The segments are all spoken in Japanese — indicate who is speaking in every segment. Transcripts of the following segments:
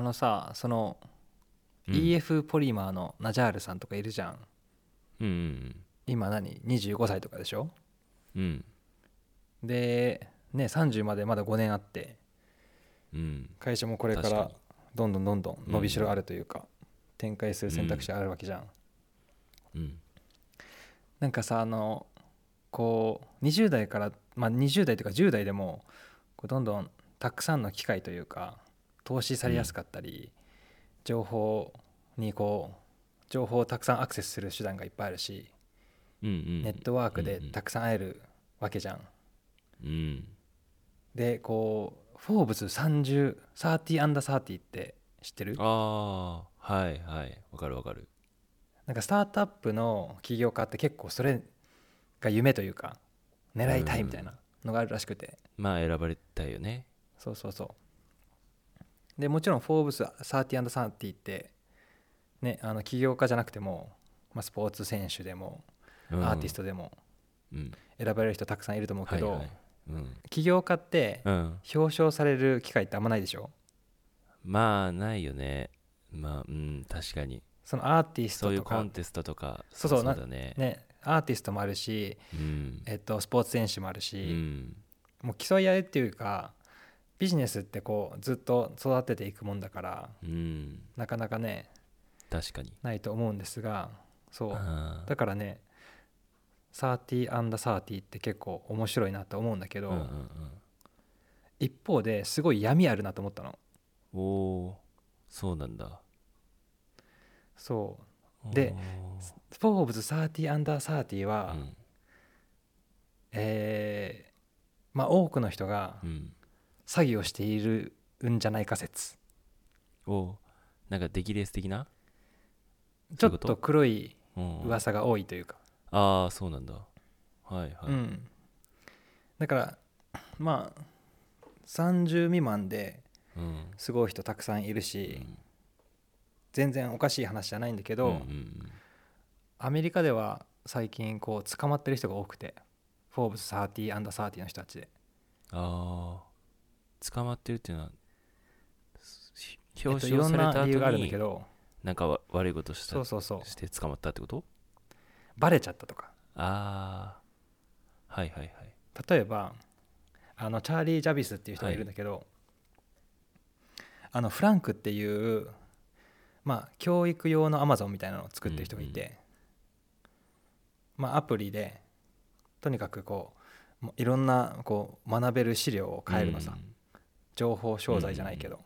Speaker 1: のさその
Speaker 2: うん
Speaker 1: EF ポリマーのナジャールさんとかいるじゃん
Speaker 2: うん
Speaker 1: 今何25歳とかでしょ
Speaker 2: うんうん
Speaker 1: でね30までまだ5年あって
Speaker 2: うん
Speaker 1: 会社もこれか
Speaker 2: 確からに
Speaker 1: どんどんどんどん伸びしろあるというか、展開する選択肢あるわけじゃん、
Speaker 2: うん
Speaker 1: なんかさあのこう20代から、まあ、20代というか10代でもこうどんどんたくさんの機会というか投資されやすかったり、情報にこう情報をたくさんアクセスする手段がいっぱいあるし、
Speaker 2: うんうん
Speaker 1: ネットワークで
Speaker 2: うんうん
Speaker 1: たくさん会えるわけじゃん。
Speaker 2: うん
Speaker 1: でこう「フォーブス30」「30アンダー30」って知ってる
Speaker 2: ああはいはいわかるわかる
Speaker 1: なんかスタートアップの起業家って結構それが夢というか狙いたいみたいなのがあるらしくて、
Speaker 2: まあ選ばれたいよね
Speaker 1: そうそうそうでもちろん「フォーブス30 30」ってねあの起業家じゃなくても、まあ、スポーツ選手でもアーティス
Speaker 2: ト
Speaker 1: トでも
Speaker 2: うん
Speaker 1: 選ばれる人たくさんいると思うけど、
Speaker 2: はいはいうん
Speaker 1: 起業家って
Speaker 2: うん
Speaker 1: 表彰される機会ってあんまないでしょ
Speaker 2: まあないよねまあうん確かに
Speaker 1: そのアーティス
Speaker 2: そう
Speaker 1: ト
Speaker 2: いう
Speaker 1: と
Speaker 2: コ
Speaker 1: か
Speaker 2: ンテストとか
Speaker 1: そうそう
Speaker 2: そうだね
Speaker 1: ねアーティストもあるし、
Speaker 2: うん
Speaker 1: えっと、スポーツ選手もある
Speaker 2: う
Speaker 1: し、
Speaker 2: ん
Speaker 1: もう競い合いっていうかビジネスってこうずっと育てていくもんだから
Speaker 2: うん
Speaker 1: なかなかね
Speaker 2: 確かに
Speaker 1: ないと思うんですがそう
Speaker 2: あー
Speaker 1: だからね30アンダー30って結構面白いなと思うんだけど、
Speaker 2: うんうんうん
Speaker 1: 一方ですごい闇あるなと思ったの
Speaker 2: おおそうなんだ
Speaker 1: そうで
Speaker 2: お
Speaker 1: 「
Speaker 2: ー
Speaker 1: フォーブズ30アンダー30は」
Speaker 2: うん
Speaker 1: えーまあ、多くの人が
Speaker 2: うん
Speaker 1: 詐欺をしているんじゃないか説
Speaker 2: おーなんか出来レース的な
Speaker 1: ちょ
Speaker 2: そういうこ
Speaker 1: っ
Speaker 2: と
Speaker 1: と黒い
Speaker 2: うん
Speaker 1: 噂が多いというか、
Speaker 2: ああそうなんだはいは
Speaker 1: う
Speaker 2: い
Speaker 1: ん、だからまあ30未満で
Speaker 2: うん
Speaker 1: すごい人たくさんいる
Speaker 2: う
Speaker 1: し、
Speaker 2: ん
Speaker 1: 全然おかしい話じゃないんだけど、
Speaker 2: うんうん
Speaker 1: アメリカでは最近こう捕まってる人が多くて「フォーブス30アンダー30」の人たちで
Speaker 2: ああ捕まってるっていうのはひ
Speaker 1: えっ
Speaker 2: 表
Speaker 1: といろ
Speaker 2: 彰
Speaker 1: ん
Speaker 2: され
Speaker 1: な
Speaker 2: た
Speaker 1: 理由があ
Speaker 2: 後
Speaker 1: るんだ
Speaker 2: に
Speaker 1: けど
Speaker 2: なんかわ悪いことした
Speaker 1: そうそうそう
Speaker 2: して捕まったってこと
Speaker 1: バレちゃったとか
Speaker 2: ああはいはいはい
Speaker 1: 例えばあのチャーリー・ジャビスっていう人がいるんだけど、あのフランクっていうまあ教育用のアマゾンみたいなのを作ってる人がいて、
Speaker 2: う
Speaker 1: まあアプリでとにかくこうもういろんなこう学べる資料を変えるのさ、
Speaker 2: うん
Speaker 1: 情報商材じゃないけど、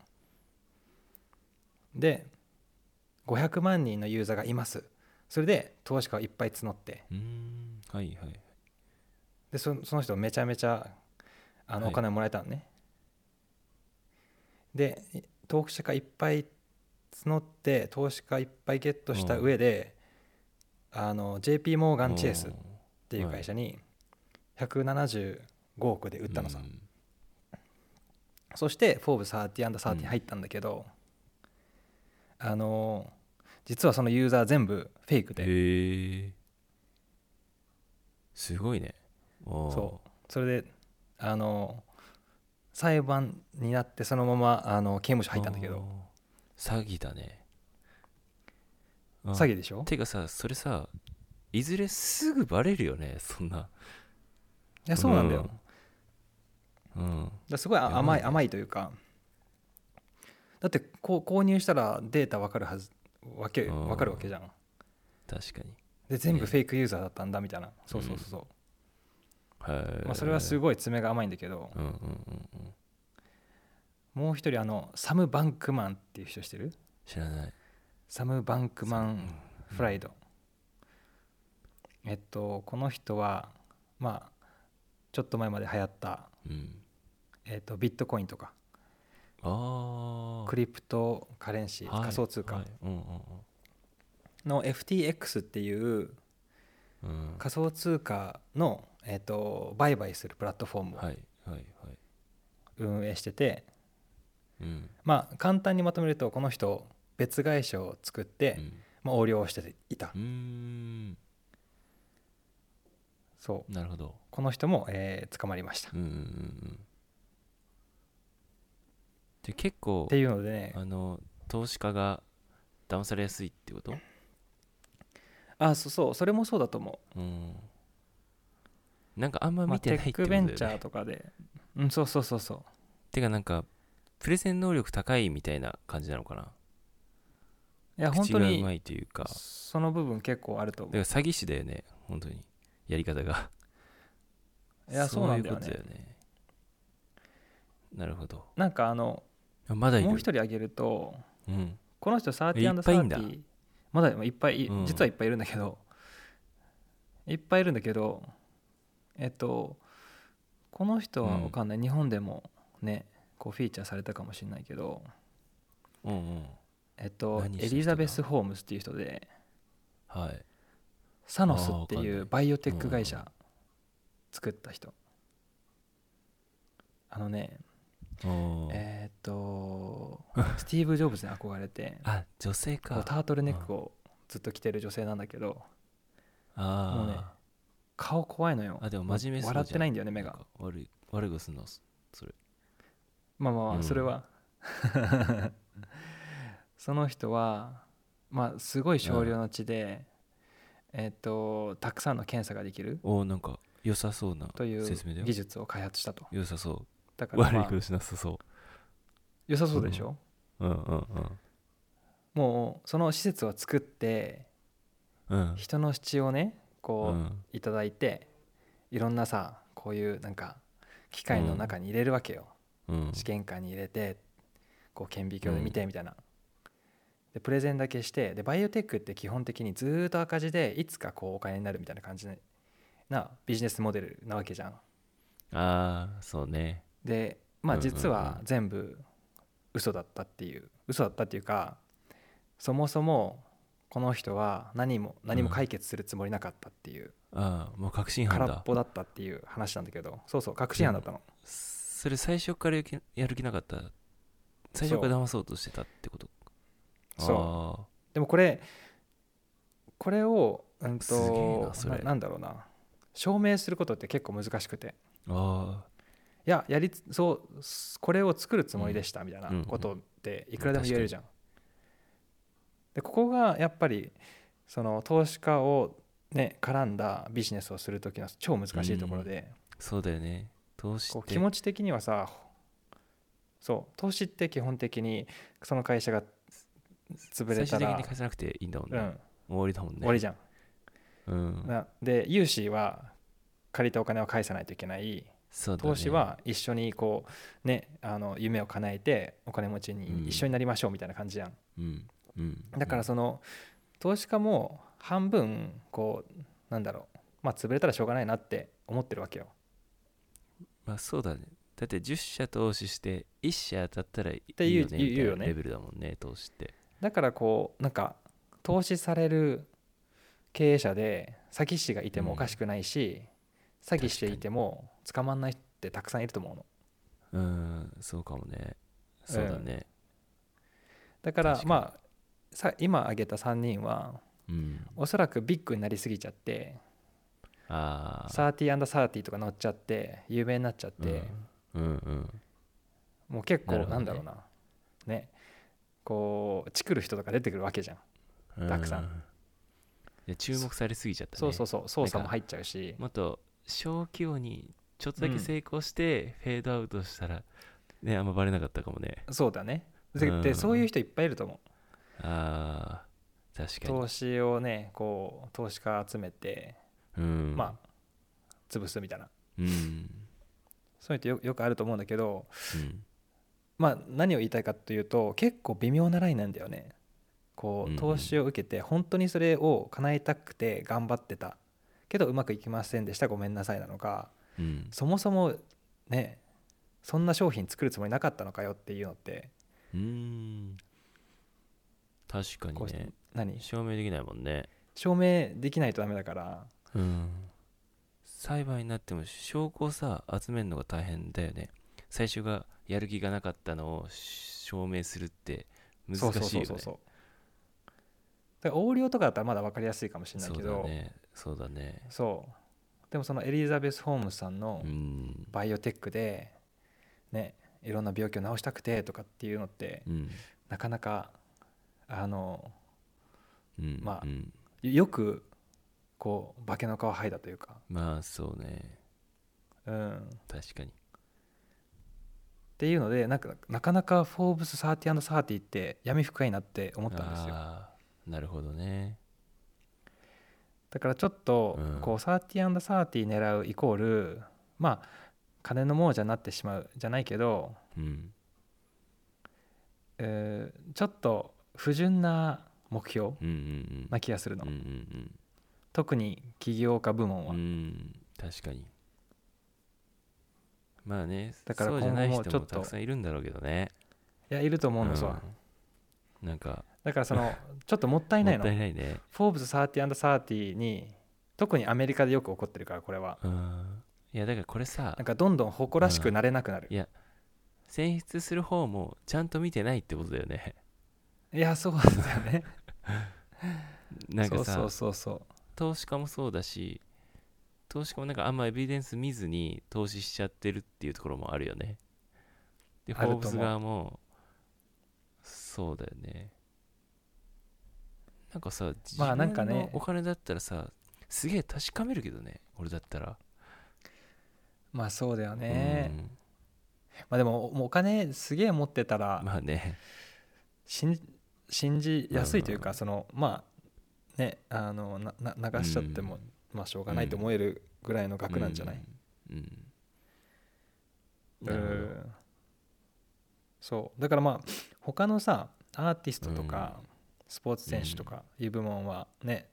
Speaker 1: で500万人のユーザーがいますそれで投資家をいっぱい募って
Speaker 2: うーんはいはい
Speaker 1: でそその人めちゃめちゃあの
Speaker 2: は
Speaker 1: お
Speaker 2: い
Speaker 1: 金もらえたのね、でい投資家いっぱい募って投資家いっぱいゲットした上で、あの JP モーガン・チェイスっ
Speaker 2: おー
Speaker 1: ていう会社に175億で売ったのさ、
Speaker 2: うん
Speaker 1: そして「フォーブ30アンダー
Speaker 2: うん
Speaker 1: 30」入ったんだけど、あの実はそのユーザー全部フェイクで、
Speaker 2: へえすごいね
Speaker 1: そ
Speaker 2: そう
Speaker 1: それであの裁判になってそのままあの刑務所入ったんだけど
Speaker 2: 詐欺だね
Speaker 1: 詐
Speaker 2: 欺
Speaker 1: 欺でしょ
Speaker 2: てかさそれさいずれすぐバレるよねそんない
Speaker 1: やそうなんだよ、
Speaker 2: うん
Speaker 1: だか
Speaker 2: うん
Speaker 1: らすごい
Speaker 2: や
Speaker 1: あ
Speaker 2: ばいね
Speaker 1: 甘い甘いというかだってこう購入したらデータ分かるはずわけ
Speaker 2: うん
Speaker 1: わかるわけじゃん
Speaker 2: 確かに
Speaker 1: で全部
Speaker 2: ね
Speaker 1: フェイクユーザーだったんだみたいなそうそうそうそう、
Speaker 2: はい
Speaker 1: まあ、それはす
Speaker 2: ご
Speaker 1: ご
Speaker 2: い
Speaker 1: い爪が甘いんだけど
Speaker 2: うんうんうんうん
Speaker 1: もう一人あのサム・バンクマンっていう人してる
Speaker 2: 知らない
Speaker 1: サム・バンクマン・フライド、えっとこの人はまあちょっと前まで流行った、
Speaker 2: うん
Speaker 1: えっと、ビットコインとか
Speaker 2: ああ
Speaker 1: クリプトカレンシー、仮想通貨
Speaker 2: うんうん
Speaker 1: の FTX っていう
Speaker 2: うんうん
Speaker 1: 仮想通貨の、えっと、売買するプラットフォームを
Speaker 2: はいはいはい
Speaker 1: 運営してて、
Speaker 2: うん
Speaker 1: まあ簡単にまとめるとこの人別会社を作って、
Speaker 2: うん
Speaker 1: まあ、横領をしていた、
Speaker 2: うーん
Speaker 1: そう
Speaker 2: なるほど
Speaker 1: この人も、えー捕まりました、
Speaker 2: うんうんうんうんで結構
Speaker 1: っていうのでね
Speaker 2: あの投資家が騙されやすいってこと
Speaker 1: あそうそうそれもそうだと思
Speaker 2: うんなんかあんま
Speaker 1: う、まあ
Speaker 2: 見てない
Speaker 1: テ
Speaker 2: って
Speaker 1: ッ
Speaker 2: こ
Speaker 1: ク
Speaker 2: とだ
Speaker 1: ベ
Speaker 2: よ
Speaker 1: ン
Speaker 2: ね
Speaker 1: チャーとかでうんそうそうそうそう
Speaker 2: てかなんかプレゼン能力高いみたいな感じなのかない
Speaker 1: や本
Speaker 2: 口
Speaker 1: 当
Speaker 2: がう
Speaker 1: に
Speaker 2: まいというか
Speaker 1: その部分結構あると
Speaker 2: だ
Speaker 1: 思
Speaker 2: か
Speaker 1: う
Speaker 2: ら詐欺師だよね本当にやり方が
Speaker 1: いやそうなんだ
Speaker 2: い
Speaker 1: よ
Speaker 2: うこと
Speaker 1: ね
Speaker 2: だよねなるほど
Speaker 1: なんかあの
Speaker 2: あまだいる
Speaker 1: もう一人挙げると
Speaker 2: うん、
Speaker 1: この人サーテ
Speaker 2: え
Speaker 1: ィ
Speaker 2: いっぱいいんだ
Speaker 1: ーまだいっぱいい
Speaker 2: うん
Speaker 1: 実はいっぱいいるんだけど、いっぱいいるんだけどえっとこの人は分かんない、日本でもねこうフィーチャーされたかもしれないけど
Speaker 2: うんうん
Speaker 1: えっと
Speaker 2: 何した人
Speaker 1: エ
Speaker 2: だ
Speaker 1: リザベス・ホームスっていう人で
Speaker 2: はい
Speaker 1: サノスって
Speaker 2: あーわかん
Speaker 1: い
Speaker 2: ないう
Speaker 1: バイオテック会
Speaker 2: うん
Speaker 1: 社作った人あのね
Speaker 2: おー
Speaker 1: えーっとスティーブ・ジョブズに憧れて
Speaker 2: あ女性
Speaker 1: こう
Speaker 2: か
Speaker 1: タートルネックをずっと着てる女性なんだけど
Speaker 2: あ
Speaker 1: もうね顔怖いのよ
Speaker 2: あでも真面目そうじゃん
Speaker 1: 笑ってないんだよね
Speaker 2: ー
Speaker 1: 目
Speaker 2: な
Speaker 1: が
Speaker 2: んか悪い悪いことすんの
Speaker 1: まあまあま
Speaker 2: う
Speaker 1: あ
Speaker 2: ん
Speaker 1: それは、 その人はまあすごい少量の血で、えーっとたくさんの検査ができる
Speaker 2: おーなんか良さそうな
Speaker 1: という
Speaker 2: 説明だよ
Speaker 1: 技術を開発したと
Speaker 2: 良さそ
Speaker 1: だか
Speaker 2: う
Speaker 1: ら、
Speaker 2: 悪
Speaker 1: ま
Speaker 2: い
Speaker 1: あ
Speaker 2: ことしなさそ
Speaker 1: 良さそうでしょ、
Speaker 2: ううんうんうん
Speaker 1: もうその施設を作って
Speaker 2: うん
Speaker 1: 人の血をねこ
Speaker 2: う
Speaker 1: うんいただいていろんなさこういうなんか機械の中に入れるわけよ、
Speaker 2: うん
Speaker 1: 試験官に入れてこう顕微鏡で見てみたいな、でプレゼンだけしてでバイオテックって基本的にずーっと赤字でいつかこうお金になるみたいな感じなビジネスモデルなわけじゃん
Speaker 2: ああそうね
Speaker 1: でまあ
Speaker 2: うんうんうん
Speaker 1: 実は全部嘘だったっていう嘘だったっていうかそもそもこの人は何も何も解決するつもりなかったっていう、
Speaker 2: ああもう確信犯
Speaker 1: 空
Speaker 2: だ
Speaker 1: っぽだったっていう話なんだけどそうそう確信犯だったの、
Speaker 2: それ最初からやる気やる気なかった最初から騙そうとしてたってこと
Speaker 1: そでもこれこれをうん
Speaker 2: すげえ
Speaker 1: と
Speaker 2: なそれ
Speaker 1: ななんだろうな証明することって結構難しくて
Speaker 2: うあ
Speaker 1: いややりつそうすこれを作るつもりでしたみたいな
Speaker 2: うんうん
Speaker 1: ことっていくらでも言えるじゃん。でここがやっぱりその投資家をね絡んだビジネスをする時の超難しいところで、
Speaker 2: あそうだよね投資
Speaker 1: こ
Speaker 2: っ
Speaker 1: う
Speaker 2: て
Speaker 1: 気持ち的にはさそう投資って基本的にその会社が潰れた
Speaker 2: 最終的
Speaker 1: ら、
Speaker 2: に返さなくていいんだもん
Speaker 1: う
Speaker 2: ね、
Speaker 1: ん、
Speaker 2: 終わりだもんね
Speaker 1: 終わりじゃん。
Speaker 2: うん
Speaker 1: なで融資は借りたお金を返さないといけない。
Speaker 2: そうだね
Speaker 1: 投資は一緒にこうねあの夢を叶えてお金持ち
Speaker 2: うん
Speaker 1: に一緒になりましょうみたいな感じじゃん、
Speaker 2: うんうん
Speaker 1: だから
Speaker 2: そ
Speaker 1: その投資家も半分こうなんだろうまあ潰れたらしょうがないなって思ってるわけよ
Speaker 2: まあそうだねだって10社投資して1社当たったらい
Speaker 1: て
Speaker 2: い
Speaker 1: 言
Speaker 2: よ
Speaker 1: う
Speaker 2: ね
Speaker 1: 言う
Speaker 2: みたい
Speaker 1: 言う
Speaker 2: な
Speaker 1: よね
Speaker 2: レベルだもんね投資って
Speaker 1: だからこうなんか投資される経営者で詐欺師がいてもおかしくないし、詐欺していても捕まんない人ってたくさんいると思うの
Speaker 2: うんそうかもねそうだね
Speaker 1: だから
Speaker 2: 確かに
Speaker 1: まあさ今挙げた3人は
Speaker 2: うん
Speaker 1: おそらくビッグになりすぎちゃって
Speaker 2: ああ
Speaker 1: サーティーサーティーとか乗っちゃって有名になっちゃって、
Speaker 2: うんうん
Speaker 1: もう結構
Speaker 2: なるほど
Speaker 1: な
Speaker 2: ね
Speaker 1: んだろうなねこうチクる人とか出てくるわけじゃん、
Speaker 2: うん
Speaker 1: たくさん
Speaker 2: ういや注目されすぎちゃったね
Speaker 1: そうそうそう操作
Speaker 2: なんか
Speaker 1: も入っちゃうし
Speaker 2: もっと小規模にちょっとだ
Speaker 1: う
Speaker 2: け
Speaker 1: ん
Speaker 2: 成功してフェードアウトしたら、ねあんまバレなかったかもね
Speaker 1: そうだねで
Speaker 2: うん
Speaker 1: でそういう人いっぱいいると思う
Speaker 2: あー確かに
Speaker 1: 投資をねこう投資家集めて、
Speaker 2: うん
Speaker 1: まあ潰すみたいな
Speaker 2: うん、
Speaker 1: そういうのよよくあると思うんだけど
Speaker 2: うん
Speaker 1: まあ何を言いたいかというと結構微妙なラインなんだよねこ
Speaker 2: うん
Speaker 1: う
Speaker 2: う
Speaker 1: ん投資を受けて本当にそれを叶えたくて頑張ってたけどうまくいきませんでしたごめんなさいなのか
Speaker 2: うん
Speaker 1: そもそもねそんな商品作るつもりなかったのかよっていうのって
Speaker 2: うん確かに
Speaker 1: こう
Speaker 2: ね
Speaker 1: 何
Speaker 2: 証明できないもんね
Speaker 1: 証明できないとダメだから
Speaker 2: うん裁判になっても証拠をさ集めるのが大変だよね最初がやる気がなかったのを証明するって難しいよね
Speaker 1: そうそうそうそうだから横領とかだったらまだ分かりやすいかもしれない
Speaker 2: そう
Speaker 1: け
Speaker 2: だ
Speaker 1: ど
Speaker 2: ねそうだね
Speaker 1: そうでもそのエリザベス・ホームズさんの
Speaker 2: うん
Speaker 1: バイオテックでねいろんな病気を治したくてとかっていうのって
Speaker 2: うん
Speaker 1: なかなかあの
Speaker 2: うん
Speaker 1: まあ
Speaker 2: うん、
Speaker 1: よくこう化けの皮剥いだというか、
Speaker 2: まあそうね
Speaker 1: うん、
Speaker 2: 確かに
Speaker 1: っていうのでなんかなかなか「フォーブス 30&30」って闇深いなって思ったんですよ
Speaker 2: ああなるほどね
Speaker 1: だからちょっと
Speaker 2: うん
Speaker 1: こう 30&30 狙うイコールまあ金の亡者になってしまうじゃないけど、
Speaker 2: うん
Speaker 1: えーちょっと不純な目標
Speaker 2: うんうん
Speaker 1: な気がする
Speaker 2: う
Speaker 1: の、
Speaker 2: んうんうん
Speaker 1: 特に起業家部門
Speaker 2: う
Speaker 1: は、
Speaker 2: ん確かにまあね
Speaker 1: だから
Speaker 2: そうじゃない
Speaker 1: 今後も
Speaker 2: 人
Speaker 1: ちょ
Speaker 2: も
Speaker 1: っと
Speaker 2: たくさんいるんだろうけどね
Speaker 1: いやいると思うのさ、
Speaker 2: うんなんか
Speaker 1: だからその ちょっともったい
Speaker 2: も
Speaker 1: ない
Speaker 2: っ
Speaker 1: の
Speaker 2: たいないね
Speaker 1: フォーブス 30&30 に特にアメリカでよく起こってるからこれは
Speaker 2: うんいやだからこれさ
Speaker 1: なんかどんどん誇らしくなれなくなる、
Speaker 2: いや選出する方もちゃんと見てないってことだよね
Speaker 1: いやそうなんだよね
Speaker 2: なんかさ
Speaker 1: そうそうそう
Speaker 2: 投資家もそうだし投資家もなんかあんまエビデンス見ずに投資しちゃってるっていうところもあるよねでフ
Speaker 1: ある
Speaker 2: ォ
Speaker 1: と思う
Speaker 2: ーブス側もそうだよねなんかさ自
Speaker 1: まあなんか
Speaker 2: 分
Speaker 1: ね
Speaker 2: のお金だったらさ、すげえ確かめるけどね俺だったら
Speaker 1: まあそうだよね、
Speaker 2: うん
Speaker 1: まあでももうお金すげえ持ってたら、
Speaker 2: まあね
Speaker 1: 信信じやすいという
Speaker 2: うんうんう
Speaker 1: か、
Speaker 2: ん
Speaker 1: そのまあねあのなな流しちゃっても、まあしょうがないと思えるぐらいの額なんじゃない、
Speaker 2: うん、うん
Speaker 1: う
Speaker 2: なるほど
Speaker 1: んそうだからまあ他のさアーティストとか、スポーツ選手とかいう部門はね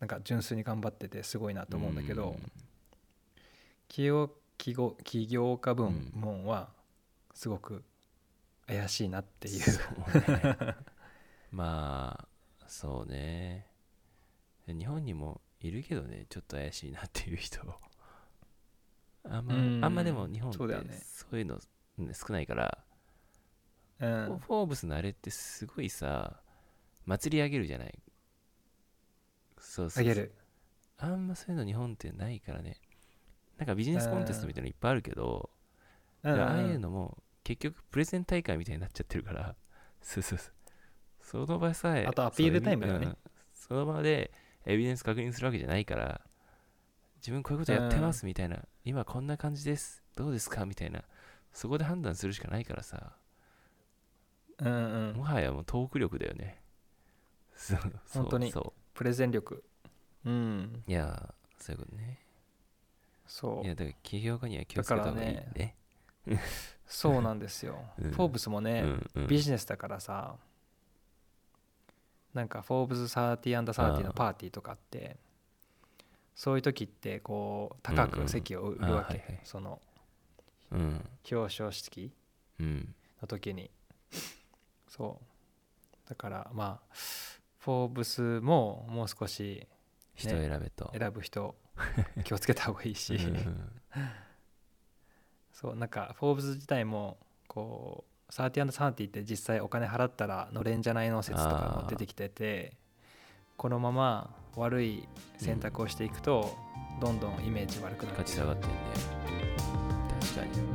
Speaker 1: なんか純粋に頑張っててすごいなと思うんだけど、企業企業起業家部門はすごく怪しいなっていう、
Speaker 2: そう ねまあそうね日本にもいるけどねちょっと怪しいなっていう人あんま
Speaker 1: うん
Speaker 2: あんまでも日本って
Speaker 1: そうだよね
Speaker 2: そういうのね少ないから、
Speaker 1: う
Speaker 2: フォ
Speaker 1: ん、
Speaker 2: フォーブスのあれってすごいさ祭り上げるじゃないそうそ
Speaker 1: あ
Speaker 2: うそう
Speaker 1: げる
Speaker 2: あんまそういうの日本ってないからねなんかビジネスコンテストみたいなのいっぱいあるけど、
Speaker 1: うん
Speaker 2: でああい
Speaker 1: うん
Speaker 2: うのも結局プレゼン大会みたいになっちゃってるから そうそうそうその場さえ
Speaker 1: あとアピールタイムだよね
Speaker 2: その,、うんその場でエビデンス確認するわけじゃないから自分こういうことやってますみたいな、今こんな感じですどうですかみたいなそこで判断するしかないからさ
Speaker 1: うんうん
Speaker 2: もはやもうトーク力だよねそうそう
Speaker 1: 本当に
Speaker 2: そ
Speaker 1: プレゼン力うん
Speaker 2: ういやーそういうことね
Speaker 1: そ
Speaker 2: いうやだから起業家には気をつけた方がいいね
Speaker 1: だからそうなんですよ、
Speaker 2: うん
Speaker 1: フォーブスもね、
Speaker 2: うんうん、
Speaker 1: ビジネスだからさなんか「フォーブス 30&30」のパーティーとかってそういう時ってこう高く席を売るわけ、
Speaker 2: うんうんあーはいはい
Speaker 1: その
Speaker 2: うん
Speaker 1: 表彰式
Speaker 2: うん
Speaker 1: の時にそうだからまあフォーブスももう少し
Speaker 2: 人選べと、
Speaker 1: 選ぶ 人気をつけた方がいいし、
Speaker 2: うん
Speaker 1: そうなんかフォーブス自体もこうサーティアンドサーティって実際お金払ったら乗れんじゃないの説とかも出てきててこのまま悪い選択をしていくと、どんどんイメージ悪くなる
Speaker 2: 勝ち下がってんね確かに